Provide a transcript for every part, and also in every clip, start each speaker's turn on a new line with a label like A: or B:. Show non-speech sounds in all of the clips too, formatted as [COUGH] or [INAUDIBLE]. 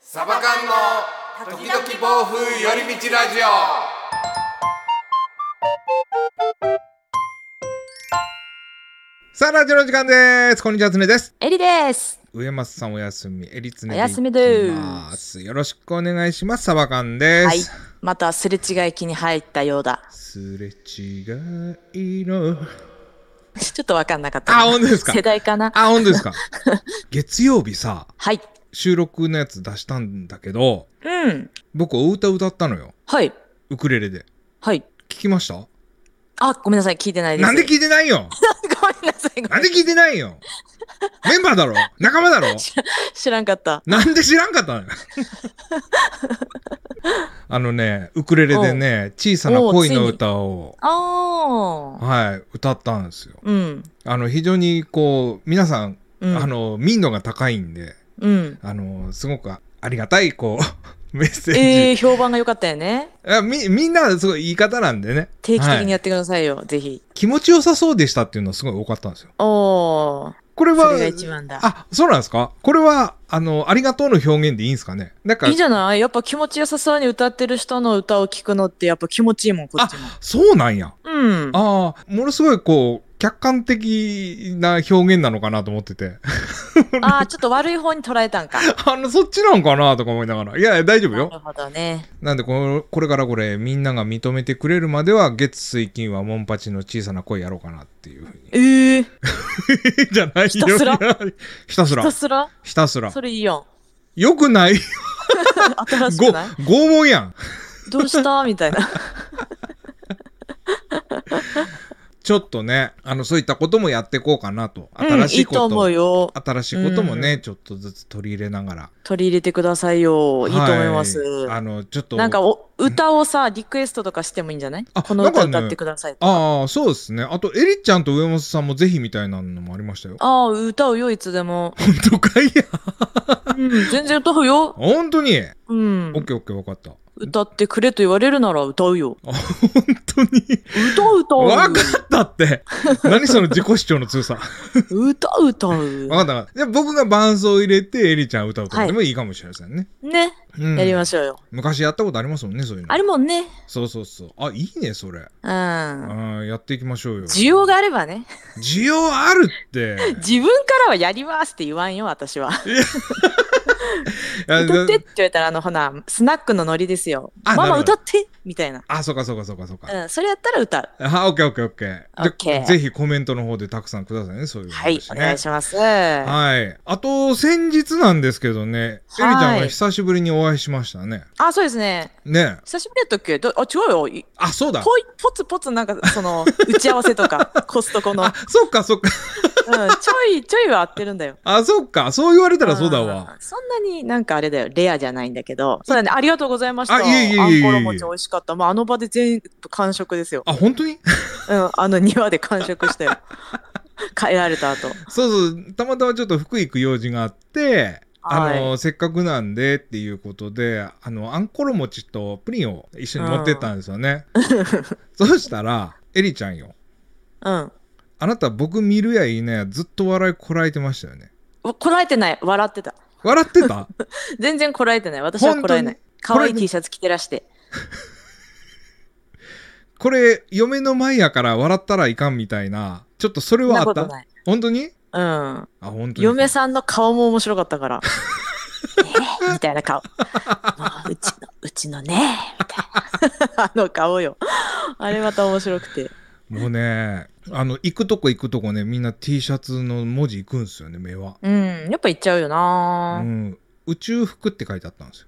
A: サバ缶の時々暴風寄り道ラジオ
B: さあ、ラジオの時間です。こんにちは、つねです。
C: エリです。
B: 上松さんお休み、えりつね
C: お休みでー
B: す。よろしくお願いします。サバカンです。
C: はい。またすれ違い気に入ったようだ。 [LAUGHS]
B: すれ違いの。
C: ちょっとわかんなかったな。
B: あ、本当ですか
C: 世代かな。
B: あ、本当で
C: [LAUGHS]
B: すか月曜日さ、
C: はい。
B: 収録のやつ出したんだけど、
C: うん。
B: 僕、お歌歌ったのよ。
C: はい。
B: ウクレレで。
C: はい。
B: 聞きました
C: あ、ごめんなさい。聞いてないです。
B: なんで聞いてないよ
C: [LAUGHS] ごめんなさい。ごめ
B: なんんで聞いてないよメンバーだろ仲間だろ
C: 知らんかった。
B: なんで知らんかった
C: [LAUGHS]
B: のあのね、ウクレレでね、小さな恋の歌を、
C: ああ。
B: はい、歌ったんですよ。
C: うん。
B: あの、非常にこう、皆さん、
C: うん。
B: あの、民度が高いんで、
C: うん。
B: あの、すごくありがたい、こう、 [LAUGHS] メッセージ。
C: ええー、評判が良かったよね。
B: あみ、みんな、すごい言い方なんでね。
C: 定期的に
B: はい
C: やってくださいよ。ぜひ。
B: 気持ちよさそうでしたっていうのはすごい多かったんですよ。
C: おー。
B: これは
C: それ、が一番だ。
B: あ、そうなんですかこれは、あの、ありがとうの表現でいいんですかねなんか
C: いい、じゃないやっぱ気持ちよさそうに歌ってる人の歌を聞くのってやっぱ気持ちいいもん、こっちも。
B: そうなんや。
C: うん。
B: ああ、ものすごいこう、客観的な表現なのかなと思ってて。 [LAUGHS]
C: ああ、ちょっと悪い方に捉えたんか。
B: あの、そっちなんかなとか思いながら。いや、大丈夫
C: なる
B: よ。
C: ほどね。
B: なんでこの、これからこれ、みんなが認めてくれるまでは、月水金はモンパチの小さな声やろうかなっていうふうに。
C: ええー。
B: [LAUGHS] じゃないよ。
C: ひたすら
B: [LAUGHS] ひたす
C: ひた
B: ら。
C: すら
B: ひたすら
C: そ。れいいやん。
B: よく
C: [LAUGHS]
B: ない
C: 新し
B: ご、
C: くない
B: 拷問やん。
C: どう
B: [LAUGHS]
C: したみたいな。
B: ちょっとね、あの、そういったこともやっていこうかなと。
C: うん
B: 新しいこと。
C: いいと思うよ。
B: 新しいこともね、ちょっとずつ取り入れながら。
C: 取り入れてくださいよ。いいと思います。
B: はあの、ちょっと。
C: なんかお歌をさ、リクエストとかしてもいいんじゃない
B: あ
C: この歌
B: なんかね
C: 歌ってくださいとか。
B: ああ、そうですね。あと、エリちゃんと上本さんもぜひみたいなのもありましたよ。
C: ああ、歌うよ、いつでも。
B: 本当かいや。 [LAUGHS]
C: うん、全然歌うよ。
B: 本当に。
C: うん
B: オッ。ケーオッケー、わかった。
C: 歌ってくれと言われるなら歌うよ。
B: 本当に。
C: 歌う歌う。
B: わかっ
C: [LAUGHS]
B: たって。何その自己主張の強さ。わ
C: 歌う歌う。
B: かったわかった。じゃあ僕が伴奏を入れて、エリちゃん歌うとかでもいいかもしれませんね。
C: ね、
B: うん
C: やりましょうよ。
B: 昔やったことありますもんね、そういうの。
C: あるもんね。
B: そうそうそう。あ、いいね、それ。
C: う
B: あ
C: ん。
B: ーやっていきましょうよ。
C: 需要があればね。
B: 需要あるって。
C: 自分からはやりますって言わんよ、私は。
B: あ
C: [LAUGHS] 歌ってっ
B: だ
C: て言われたら、あの、ほな、スナックのノリですよ。
B: あ
C: マ
B: なる
C: マ
B: ほど
C: 歌ってみたいな。
B: あ、そうかそうかそうかそうか。
C: うん、それやったら歌う。
B: あ、オッケーオッケーオッケー。
C: オッケー
B: でぜひコメントの方でたくさんくださいね、そういう、
C: はい、お願いし
B: ま
C: ます。
B: すはい。あと、先日なんですけどね、エリちゃん
C: はい
B: は久しぶりにお会いしましたね。
C: あ、そうですね。
B: ねえ。
C: 久しぶりやったっけどあ、違うよ。い
B: あ、そうだ。
C: ぽい、ぽつぽつなんか、その、打ち合わせと
B: [LAUGHS]
C: か、コストコの。う
B: あ
C: ん、、
B: そっかそっか。
C: ちょい、ちょいは合ってるんだよ。
B: あ、そっか。そう言われたらそうだ
C: あ
B: わ。
C: ー。そんなになんかあれだよ、レアじゃないんだけど。そうだね、ありがとうございました。
B: あいえいえいえいえ
C: あんころ餅美味しかった。まあ、あの場で全部完食ですよ。
B: あ、本当に [LAUGHS]
C: うん、あの庭で完食した [LAUGHS] よ。帰られた後。
B: そうそう。たまたまちょっと福井行く用事があって、あ
C: はい
B: の、せっかくなんでっていうことで、あの、あんころ餅とプリンを一緒に持ってったんですよね。そうしたら、エリちゃんよ。
C: うん。
B: あなた僕見るやいいねずっと笑いこらえてましたよね。
C: わこらえてない。笑ってた。
B: 笑ってた
C: 全然こらえてない。私はこらえない
B: 本。
C: 可愛い
B: こらえ
C: T シャツ着てらして。
B: これ嫁の前やから笑ったらいかんみたいなちょっとそれ
C: そん
B: は
C: な
B: あ
C: こ
B: っ
C: と
B: た
C: ない。
B: 本当に
C: うん。
B: あ本当に
C: 嫁さんの顔も面白かった [LAUGHS] から。えーみたいな顔。もううちの、うちのね、みたいな。 [LAUGHS] あの顔よ。あれまた面白くて。
B: もうねあの行くとこ行くとこねみんな T シャツの文字行くんすよね目は、
C: うん。やっぱ行っちゃうよ
B: う
C: な、
B: ん、宇宙服って書いてあったんです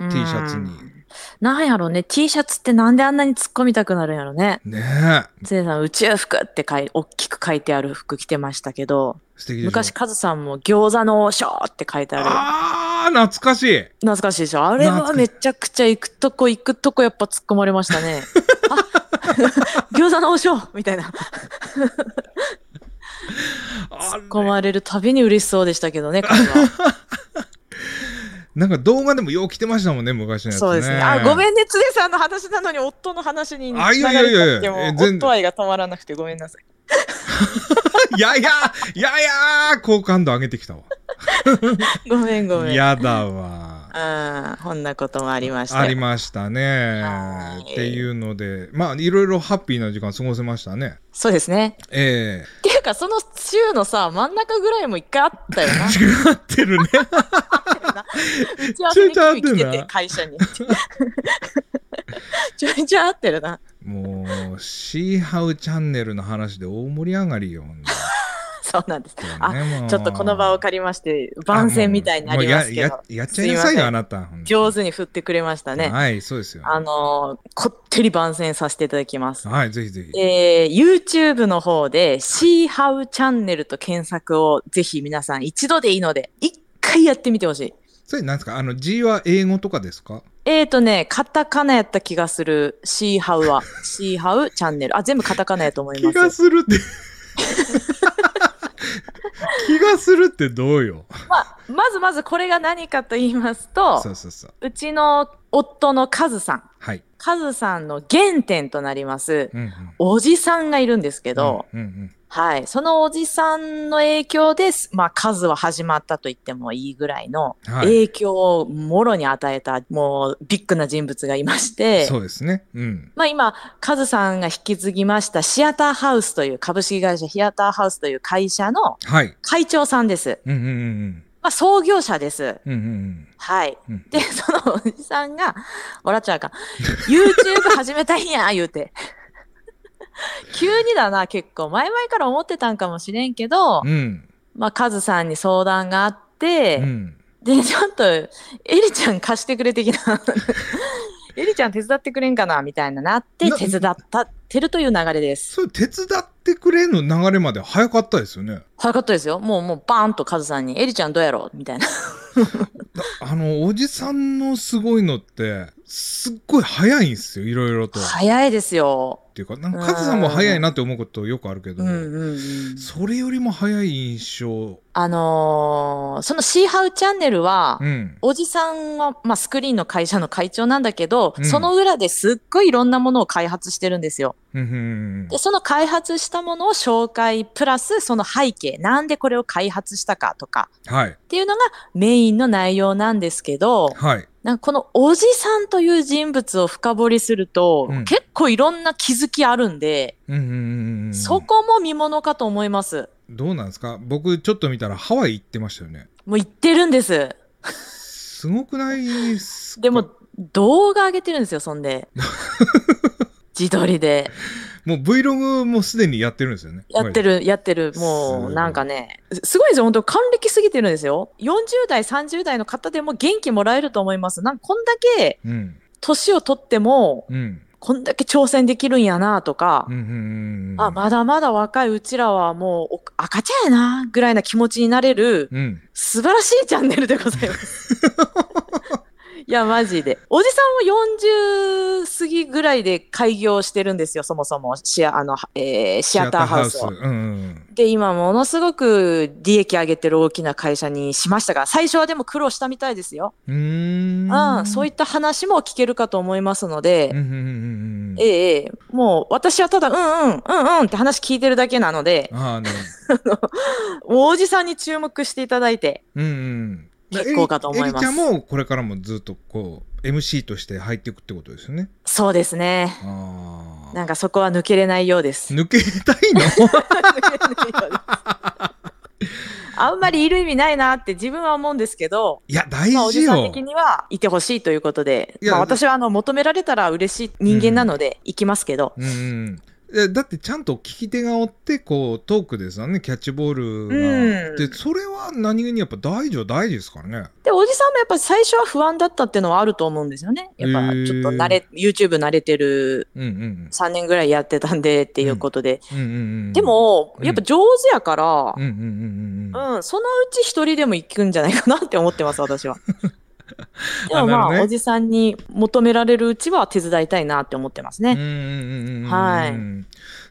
B: よ T シャツに
C: うんなんやろうね。T シャツってなんであんなに突っ込みたくなるんやろね。
B: ねえ
C: つねさん、宇宙服ってかい、大きく書いてある服着てましたけど、
B: 素敵でしょ
C: 昔カズさんも餃子の王将って書いてある。
B: あー懐かしい
C: 懐かしいでしょあれ
B: 懐
C: は
B: かしい
C: めちゃくちゃ行くとこ行くとこやっぱ突っ込まれました
B: [LAUGHS]
C: ね。 [LAUGHS] あ餃子の王将みたいな。
B: あ
C: 突っ込まれるたびに嬉しそうでしたけどね、カズは。
B: なんか動画でもよう来てましたもんね昔のやつね
C: そうですね。あ、ごめ
B: ん
C: んね、つねさんの話なのに夫の話に
B: あい
C: 繋
B: や
C: が
B: いやいや
C: れ
B: い
C: ち
B: や
C: ゃって
B: え全
C: も、
B: 然
C: 夫愛が止まらなくてごめんなさい。
B: [LAUGHS] ややややー好感度上げてきたわ
C: [LAUGHS] ごめんごめん。
B: やだわ。
C: うん、こんなこともありましたよ。
B: ありましたね
C: は。い
B: っていうので、まあ、いろいろハッピーな時間過ごせましたね。
C: そうですね。
B: え
C: っていうか、その週のさ、真ん中ぐらいも一回あったよ
B: え
C: な。
B: 違ってるね。
C: 打ち合わせに
B: ちょいちょい
C: 来
B: 合って
C: て
B: ん
C: て
B: な、
C: 会社に。ちょいちょい合ってるな。
B: もう、シーハウチャンネルの話で大盛り上がりよ。ほんと
C: そうなんです。 [LAUGHS] あ、
B: ねもう
C: ちょっとこの場を借りまして、番宣みたいになりますけ
B: あ
C: ど
B: もうも、うやややっちゃいな
C: すい
B: さい
C: ませ
B: よ、
C: ん
B: あなた。ほんと
C: 上手に振ってくれましたね。
B: はい、そうですよ。
C: あのーこってり番宣させていただきます。
B: はい、ぜひぜひ。
C: えー YouTube の方で、シーハウチャンネルと検索をぜひ皆さん一度でいいので、一回やってみてほしい。
B: それなんですかあの、G は英語とかですか
C: えーとね、カタカナやった気がする。シーハウは。シーハウチャンネル。あ、全部カタカナやと思い
B: 気
C: ま
B: が
C: す。
B: す
C: [LAUGHS]
B: るって。気がするってどうよ。
C: まあ、まずまずこれが何かと言いますと
B: そ、うそうそう。
C: うちの夫のカズさん。
B: はい。
C: カズさんの原点となります、
B: うんうん。
C: おじさんがいるんですけど、
B: うんうん
C: はい。そのおじさんの影響です、まあ、カズは始まったと言ってもいいぐらいの
B: うん。はい。
C: 影響をもろに与えた、もうビッグな人物がいまして、
B: そうですね。うん。
C: まあ今、カズさんが引き継ぎましたシアターハウスという株式会社シアターハウスという会社の
B: はい。
C: 会長さんです。
B: うんうんうん
C: まあ創業者です。
B: うん。うんうん
C: はい。
B: うんうん。
C: で、 [LAUGHS] そのおじさんが、笑っちゃうかん。YouTube 始めたいんや、 [LAUGHS] 言うて。急にだな、結構。前々から思ってたんかもしれんけど、
B: うん。
C: まあカズさんに相談があっ
B: う
C: て、
B: ん。
C: で、ちょっと、エリちゃん貸してくれ的
B: [LAUGHS]
C: な。エリちゃん手伝ってくれんかなみたいななって、
B: な
C: 手伝ったてるという流れです。
B: そう、手伝ってくれの流れまで早かったですよね。
C: 早かったですよ。もう、もう、バーンとカズさんに、エリちゃんどうやろうみたいな。
B: あの、おじさんのすごいのって、すっごい早いんですよ、いろいろと。っ
C: 早いですよ。
B: ていうか、なんか、カズさんも早いなって思うことよくあるけ
C: う
B: ど、
C: んうんうん。
B: それよりも早い印象。
C: あのーそのシーハウチャンネルは、
B: うん。
C: おじさんは、まあ、スクリーンの会社の会長なんだけど、
B: うん
C: その裏ですっごいいろんなものを開発してるんですよ。
B: うんうんうん
C: で、その開発したものを紹介、プラスその背景、なんでこれを開発したかとか、
B: うん。はい。
C: っていうのがメインの内容なんですけど、
B: はい。
C: なんかこのおじさんという人物を深掘りすると、
B: うん
C: 結構いろんな気づきあるんで、
B: うんうんうんうん。
C: そこも見ものかと思います。
B: どうなんですか僕、ちょっと見たらハワイ行ってましたよね。
C: もう言ってるんです。
B: すごくないですか
C: でも、動画上げてるんですよ、そん
B: [LAUGHS]
C: で。自撮りで。
B: もう Vlog もすでにやってるんですよね。
C: やってる、やってる。
B: すご
C: もう、
B: い
C: なんかね、すごいですよ、本当還暦すぎてるんですよ。40代、30代の方でも元気もらえると思います。なんか、こんだけ、
B: うん。
C: 年を取っても、
B: うん。
C: こんだけ挑戦できるんやな、とか
B: うん。うんうんうん。
C: あ、まだまだ若いうちらはもうお赤ちゃんやな、ぐらいな気持ちになれる、
B: うん。
C: 素晴らしいチャンネルでございます。いや、マジで。おじさんは40過ぎぐらいで開業してるんですよ、そもそも。シアあの、えーシアターハウス
B: シア
C: を
B: タ。ーハウスうんうん。
C: で、今、ものすごく利益上げてる大きな会社にしましたが、最初はでも苦労したみたいですよ。
B: うーん。
C: うん、そういった話も聞けるかと思いますので、
B: うんうんうんうんうん。
C: ええええ、もう私はただ、うんうん、うんうんって話聞いてるだけなので、
B: ああ、なる
C: もうおじさんに注目していただいて、
B: ほど。うんうん。
C: 結構かと思います
B: エリエリちゃんもこれからもずっとこう、MC として入っていくってことですよね。
C: そうですね。
B: ああ。
C: なんかそこは抜けれないようです。
B: 抜けたい
C: [LAUGHS]
B: の
C: あんまりいる意味ないなって自分は思うんですけど、
B: いや、大
C: まあ、お
B: 事
C: じさん
B: よ
C: 的。にはいてほしいということで、
B: いや
C: まあ、私はあの求められたら嬉しい人間なので行きますけど、
B: うんうんえだってちゃんと聞き手がおってこうトークですよねキャッチボールが、
C: うん
B: でそれは何気にやっぱ大事は大事ですからね
C: でおじさんもやっぱ最初は不安だったっていうのはあると思うんですよね。やっぱちょっと慣れ、YouTube 慣れてる
B: うんうん
C: 3年ぐらいやってたんでっていうことで、
B: うんうんうん
C: でも、
B: うん
C: やっぱ上手やから
B: うん、うんうんうんうん
C: うん、そのうち一人でも行くんじゃないかなって思ってます、私
B: [LAUGHS]
C: は。でも
B: なる
C: ま
B: ほ
C: あ、
B: どね
C: おじさんに求められるうちは手伝いたいなって思ってます
B: う
C: ね。
B: んうんうんうんうん
C: はい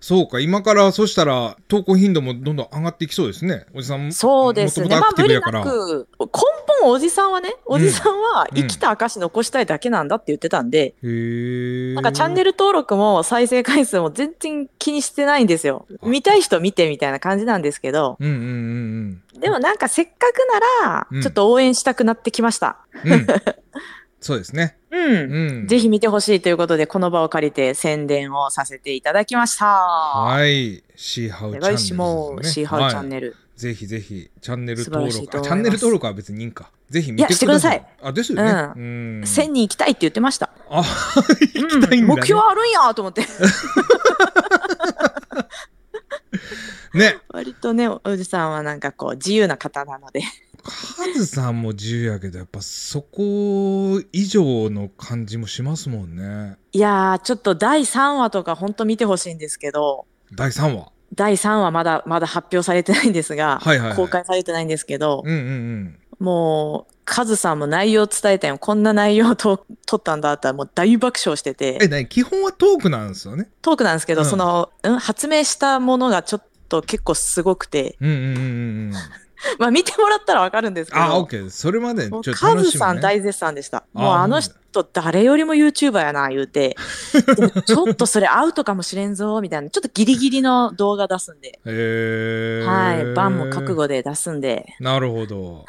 B: そうか、今から、そしたら、投稿頻度もどんどん上がっていきそうですね。おじさんも。
C: そうですね。
B: 元々
C: まあ
B: アクテ
C: 無
B: ィブ
C: 理
B: や
C: な
B: から。
C: く、根本おじさんはね、おじさんは
B: うん
C: 生きた証残したいだけなんだって言ってたんで、
B: へえ。
C: なんかチャンネ
B: ル。
C: ル登録も再生回数も全然気にしてないんですよ。
B: あ
C: 見たい人見てみたいな感じなんですけど、
B: うんうんうんうん。
C: でもなんかせっかくな
B: うん
C: ら、ちょっと応援したくなってきました。
B: うん。 [LAUGHS] そうですね。
C: うん。
B: うん。
C: ぜひ見てほしいということで、この場を借りて宣伝をさせていただきました。
B: はい。シーハウ
C: お
B: チャンネル、
C: 願いします。シーハウチャン
B: ル。
C: ネル。
B: ぜひぜひ、チャンネル
C: 素晴
B: 登
C: らしい
B: 録。
C: と
B: あ
C: 思
B: チ
C: います
B: ャンネル登録は別にいいんか。ぜひ見
C: いや
B: て
C: して
B: く
C: く
B: だ
C: だ
B: さ
C: さ
B: い。
C: い
B: あ、ですよね。
C: う
B: うん。
C: 1000人行きたいって言ってました。
B: あ、行きたいんだ、ね
C: うん目標あるんやと思って。
B: ね。
C: 割とね、おじさんはなんかこう、自由な方なので。 [LAUGHS]
B: カズさんも自由やけど、やっぱそこ以上の感じもしますもんね。
C: いやー、ちょっと第3話とか本当見てほしいんですけど、
B: 第3話。
C: 第3話まだ、まだ発表されてないんですが、
B: はいはいはい
C: 公開されてないんですけど、
B: うんうんうん。
C: もう、カズさんも内容伝えたよ。こんな内容と撮ったんだったらもう大爆笑して
B: え、
C: て、
B: なに基本はトークなんですよね。
C: トークなんですけど、
B: うん
C: その、うん、発明したものがちょっと結構すごくて、 [LAUGHS]
B: うんうんうんうんうん。
C: まあ見てもらったらわかるんですけど、
B: [LAUGHS] あ、オッケー。それまでちょ
C: も
B: っ
C: う
B: と楽し
C: カ
B: み、ね。
C: ズさん大絶賛でした。
B: あー
C: もうあの人誰よりも YouTuber やな言う
B: [LAUGHS]
C: て、でもちょっとそれアウトかもしれんぞみたいな、ちょっとギリギリの動画出すんで、
B: へー
C: はい、バンも覚。悟で出すんで、
B: なるほ [LAUGHS] ど。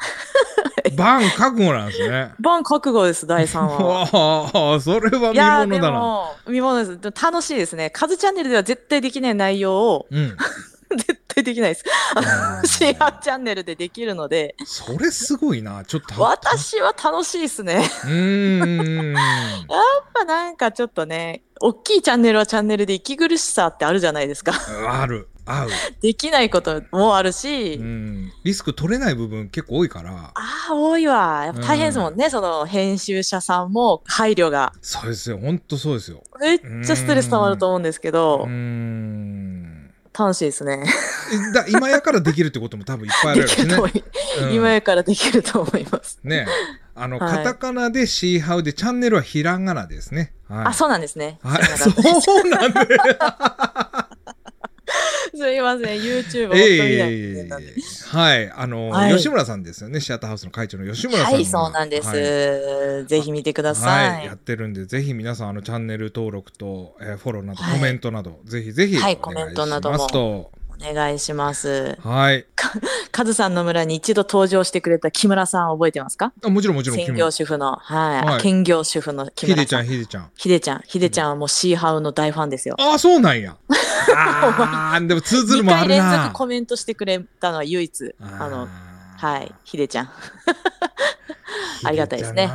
B: バン覚悟なんです [LAUGHS] ね。
C: バン覚悟です、第3話。
B: [LAUGHS] わあ、それはい
C: やー
B: 見
C: で
B: 物だな。
C: も、見物です。でも楽しいですね。カズチャンネルでは絶対できない内容を、 [LAUGHS]
B: うん。
C: 絶対できないです。
B: あー
C: シーアチャンネルでできるので、
B: それすごいな。ちょっと。
C: 私は楽しいですね。やっ
B: うー [LAUGHS] ん。
C: ぱなんかちょっとね、大きいチャンネルはチャンネルで息苦しさってあるじゃないですか。 [LAUGHS]
B: ある。合う。
C: できないこともあるし、
B: うん。リスク取れない部分結構多いから。
C: ああ、多いわ。やっぱ大変ですもんね、その編集者さんも配慮が。
B: そうですよ。ほんとそうですよ。
C: めっちゃストレス溜まると思うんですけ
B: う
C: ど
B: ー、ん。
C: 楽しいですね。
B: えだ今やからできるってことも多分いっぱいある
C: で
B: やろ
C: きる
B: しね
C: と。思い、
B: うん
C: 今やからできると思います。
B: ねあの、
C: はい
B: カタカナでシーハウでチャンネルはひらがなですね。はい。
C: あ、そうなんですね。
B: はい、
C: 知らなかったです
B: そう
C: [LAUGHS]
B: なんだ。
C: すいません、YouTube を見ない人
B: え
C: 間なんで
B: えはい。あの、
C: はい
B: 吉村さんですよね。シアターハウスの会長の吉村さん
C: は
B: が。
C: い、そうなんです。
B: はい
C: ぜひ見てくださ
B: はい、
C: い。
B: やってるんで、ぜひ皆さん、あのチャンネル登録と、えーフォローなど、
C: はい
B: コメントなど、ぜひぜひ、
C: はい
B: お願
C: コメントなど
B: し
C: も
B: ますと。
C: お願いします。
B: はい
C: カズさんの村に一度登場してくれた木村さん覚えてますか
B: あ。もちろん、もちろん、
C: 専
B: 君
C: 業主婦の、はい。
B: はい
C: あ兼業主婦の木
B: ひで
C: 村
B: ちゃ
C: さ
B: ん、
C: ん。
B: ひでちゃん。
C: ひでちゃん、ひでちゃんはもうシーハウの大ファンですよ。
B: ああ、そうな
C: [LAUGHS]
B: んや。ああ、でも通ずる
C: 2
B: もあ
C: 回
B: る
C: 連
B: な
C: 続。コメントしてくれたのは唯一、あの、はい、ひでちゃん。ありがたいですね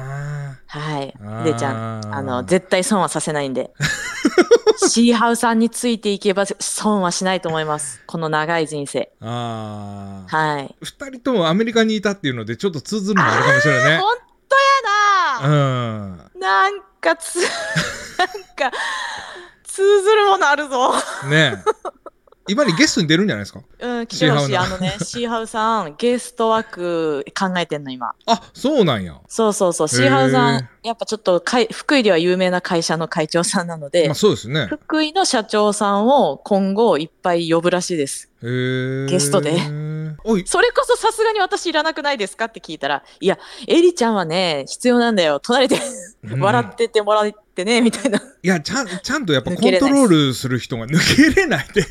C: はい、ひでちゃん。
B: んな。
C: あの、
B: ぜ
C: 絶対損はさせないん
B: [LAUGHS]
C: で。シーハウさんについていけば損はしないと思います。この長い人生。
B: あー
C: はい。
B: 二人ともアメリカにいたっていうので、ちょっと通ずるもあるかもしれないね。
C: 本当や
B: う
C: な、
B: ん。
C: なんかつ、 [LAUGHS] なんか、通ずるものあるぞ。
B: ねえ。今にゲストに出るんじゃないですか
C: うん、来てほし
B: シー
C: い。
B: ハ
C: あ
B: ウの
C: のね、 [LAUGHS] シーハウさん、ゲスト枠考えてんの、今。
B: あ、そうなんや。
C: そうそうそう、
B: へー
C: シーハウさん、やっぱちょっとかい、福井では有名な会社の会長さんなので、
B: まあそうですね。
C: 福井の社長さんを今後いっぱい呼ぶらしいです。
B: へー
C: ゲストで。
B: おい、
C: それこそさすがに私いらなくないですかって聞いたら、いや、エリちゃんはね、必要なんだよ。隣で
B: うん
C: [LAUGHS] 笑っててもらってね、みたいな。 [LAUGHS]
B: いや、ちゃん、ちゃんとやっぱ
C: 抜
B: コ
C: け
B: ン
C: れ
B: ト
C: ない
B: ロールする人が抜けれないって。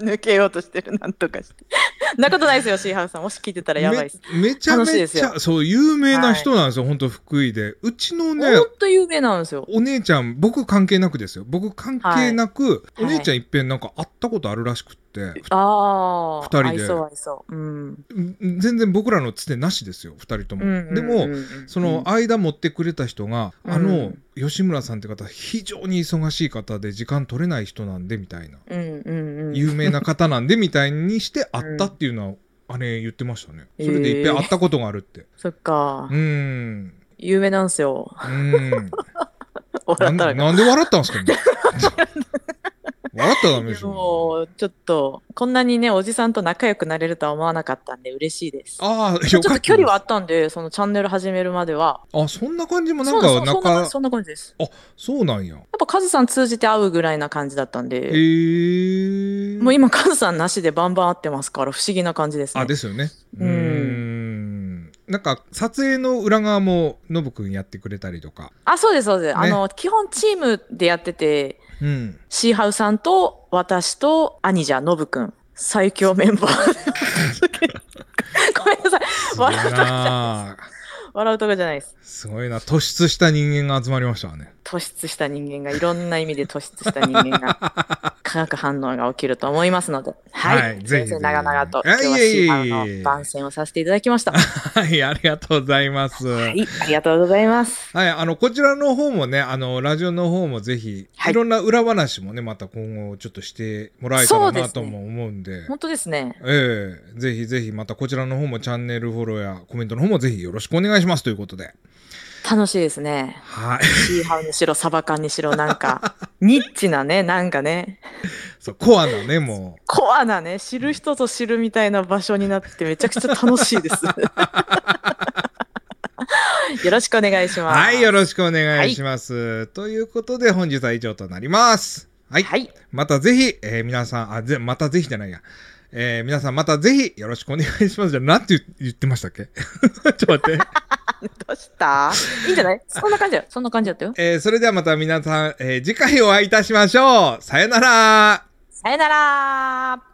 C: 抜けようとしてる、なんとかして。そんなことないですよ、シーハウさん。もし聞いてたらやばいです。
B: めめちゃ
C: 楽しい
B: め
C: です
B: ちゃ、
C: よ
B: そう、有名な人なんですよ、本当福井で。うちのね
C: ほ、んと有名なんですよ。
B: お姉ちゃん、僕関係なくですよ。僕関係なく、
C: はい
B: お姉ちゃんいっぺんなんか会ったことあるらしくって、
C: ああ、
B: 二人で
C: 合いそう合いそう。うん。
B: うん全然僕らのつてなしですよ、二人とも。
C: うんうんうんうん
B: でも、、その間持ってくれた人が、
C: うん
B: あの吉村さんって方非常に忙しい方で時間取れない人なんでみたいな、
C: うんうんうん。
B: 有名な方なんでみたいにして会ったっていうのは、あれ言ってましたねそれでいっぺん会ったことがあるって、
C: そっか
B: う。ーん
C: 有名なんですよ。 [LAUGHS]
B: うーん
C: 笑った
B: [LAUGHS] な
C: らあかん
B: [LAUGHS] なんで笑ったんですかね笑ったらダメ
C: で
B: でしょ。
C: も、ちょっと、こんなにね、おじさんと仲良くなれるとは思わなかったんで、嬉しいです。
B: ああ、
C: ちょ
B: よ
C: っと
B: かった。
C: 距離はあったんで、そのチャンネル始めるまでは。
B: あ、そんな感じもな
C: そ
B: ん
C: うそ
B: か、
C: う
B: な
C: そんな
B: ん
C: 感じ
B: か、
C: そんな感じです。
B: そうなんや。
C: やっぱカズさん通じて会うぐらいな感じだったんで、
B: へえ。
C: もう今カズさんなしでバンバン会ってますから、不思議な感じですね。
B: あ、ですよね。う
C: う
B: ー
C: ん
B: ん。なんか、撮影の裏側も、のぶくんやってくれたりとか。
C: あそうです、そうです。
B: ね
C: あの、基本チームでやってて、
B: うん。
C: シーハウさんと私と兄者ノブくん最強メンバー [LAUGHS] ごめんなさい
B: すごい
C: [LAUGHS] 笑うとかじゃ
B: な
C: 笑うとかじゃないです
B: すごいな。突出した人間が集まりましたわね。
C: 突出した人間がいろんな意味で突出した人間
B: [LAUGHS]
C: が化学反応が起きると思いますのではい、
B: はい
C: すいま
B: ぜひ
C: せ
B: ぜ
C: ん
B: ひ
C: 長々と
B: いや
C: 今日はい
B: やい
C: シー
B: や
C: ハ
B: いや
C: ウの番宣をさせていただきましたは
B: はい、ありがとうございます。はい、
C: いありがとうございます
B: あの、こちらの方もね、あの、ラジオの方もぜひ、、
C: はいい
B: ろんな裏話もね、また今後ちょっとしてもらえたらなとも思うんで、
C: 本当ですね
B: ええぜひぜひまたこちらの方もチャンネルフォローやコメントの方もぜひよろしくお願いしますということで。
C: 楽しいですね
B: はい。 [LAUGHS]
C: シーハウにしろサバ缶にしろなんかニッチなねなんかね
B: そう、コアなね、も
C: コアなね知る人と知るみたいな場所になってめちゃくちゃ楽しいです
B: [LAUGHS]
C: よろしくお願いし
B: う。
C: ます
B: はい、よろしくお願いします。ということで、本日は以上となります。はい。
C: はい
B: またぜひ、えー皆さん、あ、ぜ、またぜひじゃないや。えー皆さんまたぜひよろしくお願いします。じゃあ、なんて言言ってましたっけ [LAUGHS] ちょっと待って。
C: どうしたいいんじゃないそんな感じだよそんな感じだったよ
B: えーそれではまた皆さん、えー次回お会いいたしましょう。さよなら。
C: さよなら